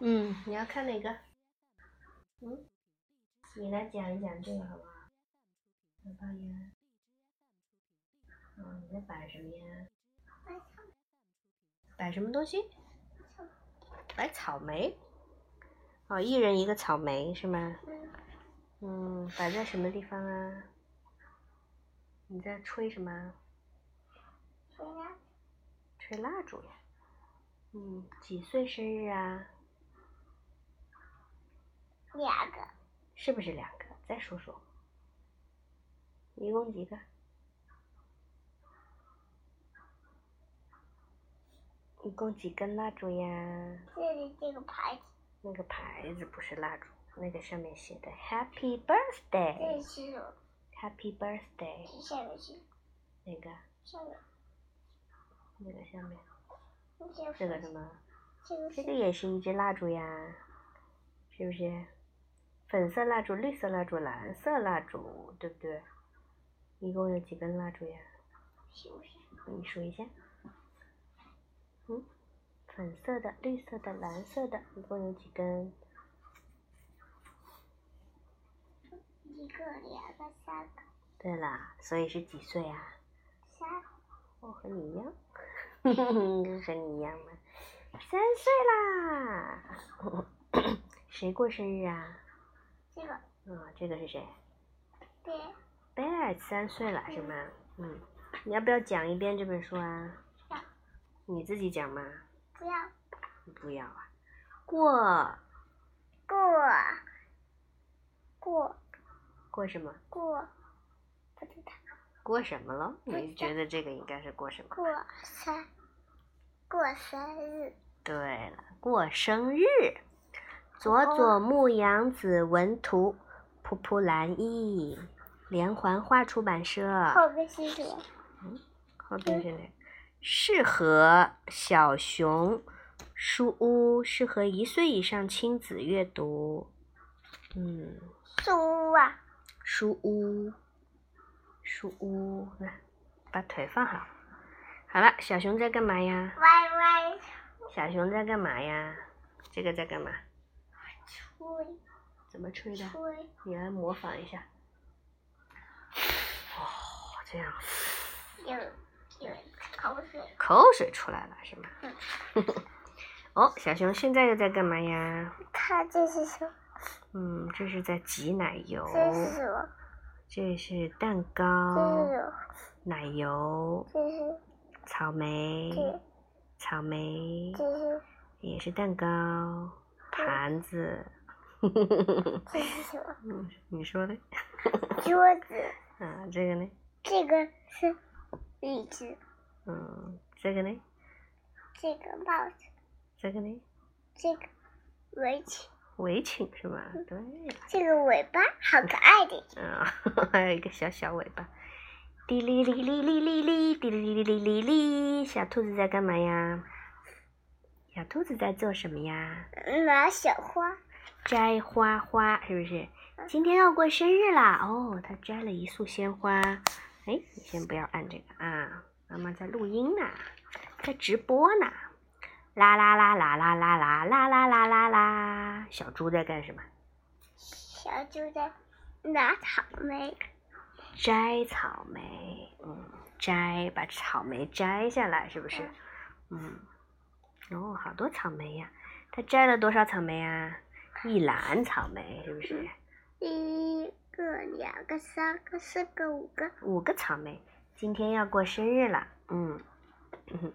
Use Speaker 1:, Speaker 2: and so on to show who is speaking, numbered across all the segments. Speaker 1: 嗯，
Speaker 2: 你要看哪个？嗯，你来讲一讲这个好不好？小抱怨。哦，你在摆什么呀？摆什么东西？摆草莓。哦，一人一个草莓是吗？嗯，摆在什么地方啊？你在吹什么？吹蜡烛呀。嗯，几岁生日啊？
Speaker 3: 两个，
Speaker 2: 是不是两个？再说说，一共几个？一共几根蜡烛呀？
Speaker 3: 这里这个牌子，
Speaker 2: 那个牌子不是蜡烛，那个上面写的 “Happy
Speaker 3: 这
Speaker 2: Birthday”。
Speaker 3: 是什么？
Speaker 2: Happy Birthday，
Speaker 3: 这下面是
Speaker 2: 哪个？
Speaker 3: 下面，
Speaker 2: 那个上面
Speaker 3: 这个
Speaker 2: 这个什么？
Speaker 3: 这个
Speaker 2: 这
Speaker 3: 是
Speaker 2: 个也是一支蜡烛呀，是不是？粉色蜡烛、绿色蜡烛、蓝色蜡烛，对不对？一共有几根蜡烛呀？
Speaker 3: 是不是？
Speaker 2: 你数一下。嗯，粉色的、绿色的、蓝色的，一共有几根？
Speaker 3: 一个、两个、三个、
Speaker 2: 对啦，所以是几岁啊？
Speaker 3: 三个，
Speaker 2: 哦，和你一样， 和你一样吗？三岁啦！谁过生日啊？
Speaker 3: 这个
Speaker 2: 啊、这个是谁？
Speaker 3: 对，
Speaker 2: 贝尔三岁了是吗？嗯，你要不要讲一遍这本书啊？
Speaker 3: 要
Speaker 2: 你自己讲吗？
Speaker 3: 不要
Speaker 2: 不要啊。过
Speaker 3: 过过
Speaker 2: 过什么？
Speaker 3: 过，不知道
Speaker 2: 过什么了？
Speaker 3: 知道
Speaker 2: 你觉得这个应该是过什么？
Speaker 3: 过生过生日，
Speaker 2: 对了，过生日。佐佐木阳子文图，蒲蒲兰译，连环画出版社。哦
Speaker 3: 后面是什么？
Speaker 2: 后边是哪？适合小熊书屋，适合一岁以上亲子阅读。嗯，
Speaker 3: 猪啊，
Speaker 2: 书屋，书屋，来，把腿放好。好了，小熊在干嘛呀？
Speaker 3: 歪歪
Speaker 2: 小熊在干嘛呀？这个在干嘛？
Speaker 3: 吹
Speaker 2: 怎么吹的？
Speaker 3: 吹，
Speaker 2: 你来模仿一下。哦，这样，
Speaker 3: 有有口水，
Speaker 2: 口水出来了是吗？
Speaker 3: 嗯
Speaker 2: 哦，小熊现在又在干嘛呀？
Speaker 3: 看这是什么？
Speaker 2: 嗯，这是在挤奶油，
Speaker 3: 这是什么？
Speaker 2: 这是蛋
Speaker 3: 这是
Speaker 2: 糕、
Speaker 3: 什么？
Speaker 2: 奶油、
Speaker 3: 这是
Speaker 2: 草莓、
Speaker 3: 这
Speaker 2: 草莓
Speaker 3: 这是
Speaker 2: 也是蛋糕、盘子。
Speaker 3: 这是什么？
Speaker 2: 嗯，你说呢？
Speaker 3: 桌子。
Speaker 2: 啊，这个呢？
Speaker 3: 这个是椅子，
Speaker 2: 嗯，这个呢？
Speaker 3: 这个帽子，
Speaker 2: 这个呢？
Speaker 3: 这个围裙，
Speaker 2: 围裙是吧？对了，
Speaker 3: 这个尾巴好可爱的，
Speaker 2: 啊， 还有一个小小尾巴。滴哩哩哩哩哩哩，滴哩哩哩哩哩，小兔子在干嘛呀？小兔子在做什么呀？
Speaker 3: 拿小花，
Speaker 2: 摘花花，是不是？今天要过生日啦！哦，他摘了一束鲜花。哎，你先不要按这个啊，妈妈在录音呢，在直播呢。啦啦啦啦啦啦啦啦啦啦啦啦！小猪在干什么？
Speaker 3: 小猪在拿草莓，
Speaker 2: 摘草莓。嗯，摘，把草莓摘下来，是不是？嗯。哦，好多草莓呀！他摘了多少草莓啊？一篮草莓，是不是？
Speaker 3: 一个、两个、三个、四个、五个，
Speaker 2: 五个草莓，今天要过生日了，嗯， 嗯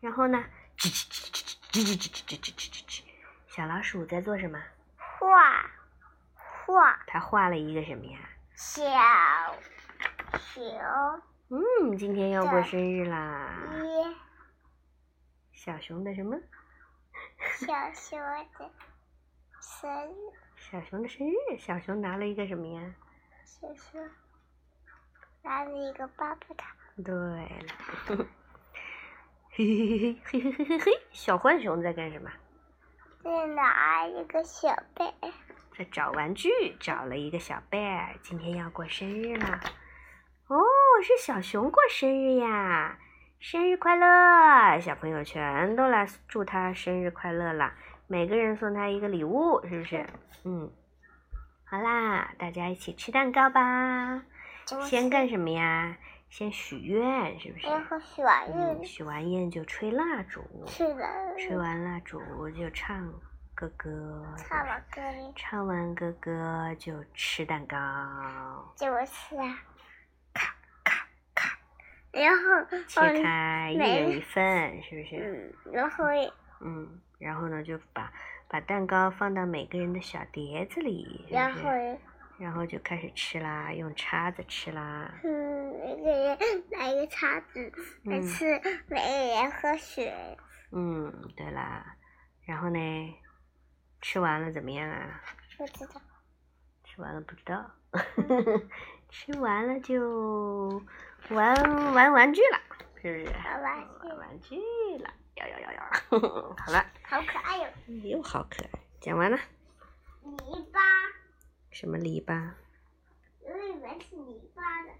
Speaker 2: 然后呢， 吱吱吱吱吱吱吱吱吱吱吱吱吱，小老鼠在做什么？
Speaker 3: 画画
Speaker 2: 它画了一个什么呀？
Speaker 3: 小熊
Speaker 2: 嗯，今天要过
Speaker 3: 对
Speaker 2: 生日啦，
Speaker 3: 一
Speaker 2: 小熊的什么？
Speaker 3: 小熊的生日，
Speaker 2: 小熊的生日，小熊拿了一个什么呀？
Speaker 3: 小熊拿了一个棒棒糖，
Speaker 2: 对了，嘿嘿嘿嘿嘿嘿嘿嘿，小浣熊在干什么？
Speaker 3: 再拿一个小贝。
Speaker 2: 在找玩具，找了一个小贝尔，今天要过生日了。哦，是小熊过生日呀！生日快乐！小朋友全都来祝他生日快乐啦，每个人送他一个礼物，是不是？嗯，好啦，大家一起吃蛋糕吧。
Speaker 3: 就是
Speaker 2: 先干什么呀？先许愿，是不是？
Speaker 3: 然后许完
Speaker 2: 嗯，
Speaker 3: 愿
Speaker 2: 许完愿就吹蜡烛，
Speaker 3: 去了，
Speaker 2: 吹完蜡烛就唱歌歌，
Speaker 3: 唱完歌呢，
Speaker 2: 唱完歌歌就吃蛋糕，
Speaker 3: 就是啊，
Speaker 2: 咔咔咔，
Speaker 3: 然后
Speaker 2: 切
Speaker 3: 嗯
Speaker 2: 开，一
Speaker 3: 每
Speaker 2: 人
Speaker 3: 人
Speaker 2: 一份，是不是？
Speaker 3: 嗯，然后
Speaker 2: 嗯，然后呢，就把把蛋糕放到每个人的小碟子里，是
Speaker 3: 然
Speaker 2: 不
Speaker 3: 后
Speaker 2: 是然后就开始吃啦，用叉子吃啦。
Speaker 3: 嗯，每个人拿一个叉子，每
Speaker 2: 嗯
Speaker 3: 次每个人喝水，
Speaker 2: 嗯，对啦，然后呢，吃完了怎么样啊？
Speaker 3: 不知道
Speaker 2: 吃完了不知道，嗯 吃完了就玩玩玩具了，是不是？
Speaker 3: 玩玩具
Speaker 2: 玩玩具了，呀呀呀 呀！好了，
Speaker 3: 好可爱哟、
Speaker 2: 又好可爱。讲完了，
Speaker 3: 泥巴，
Speaker 2: 什么篱笆？
Speaker 3: 我以为是泥巴的，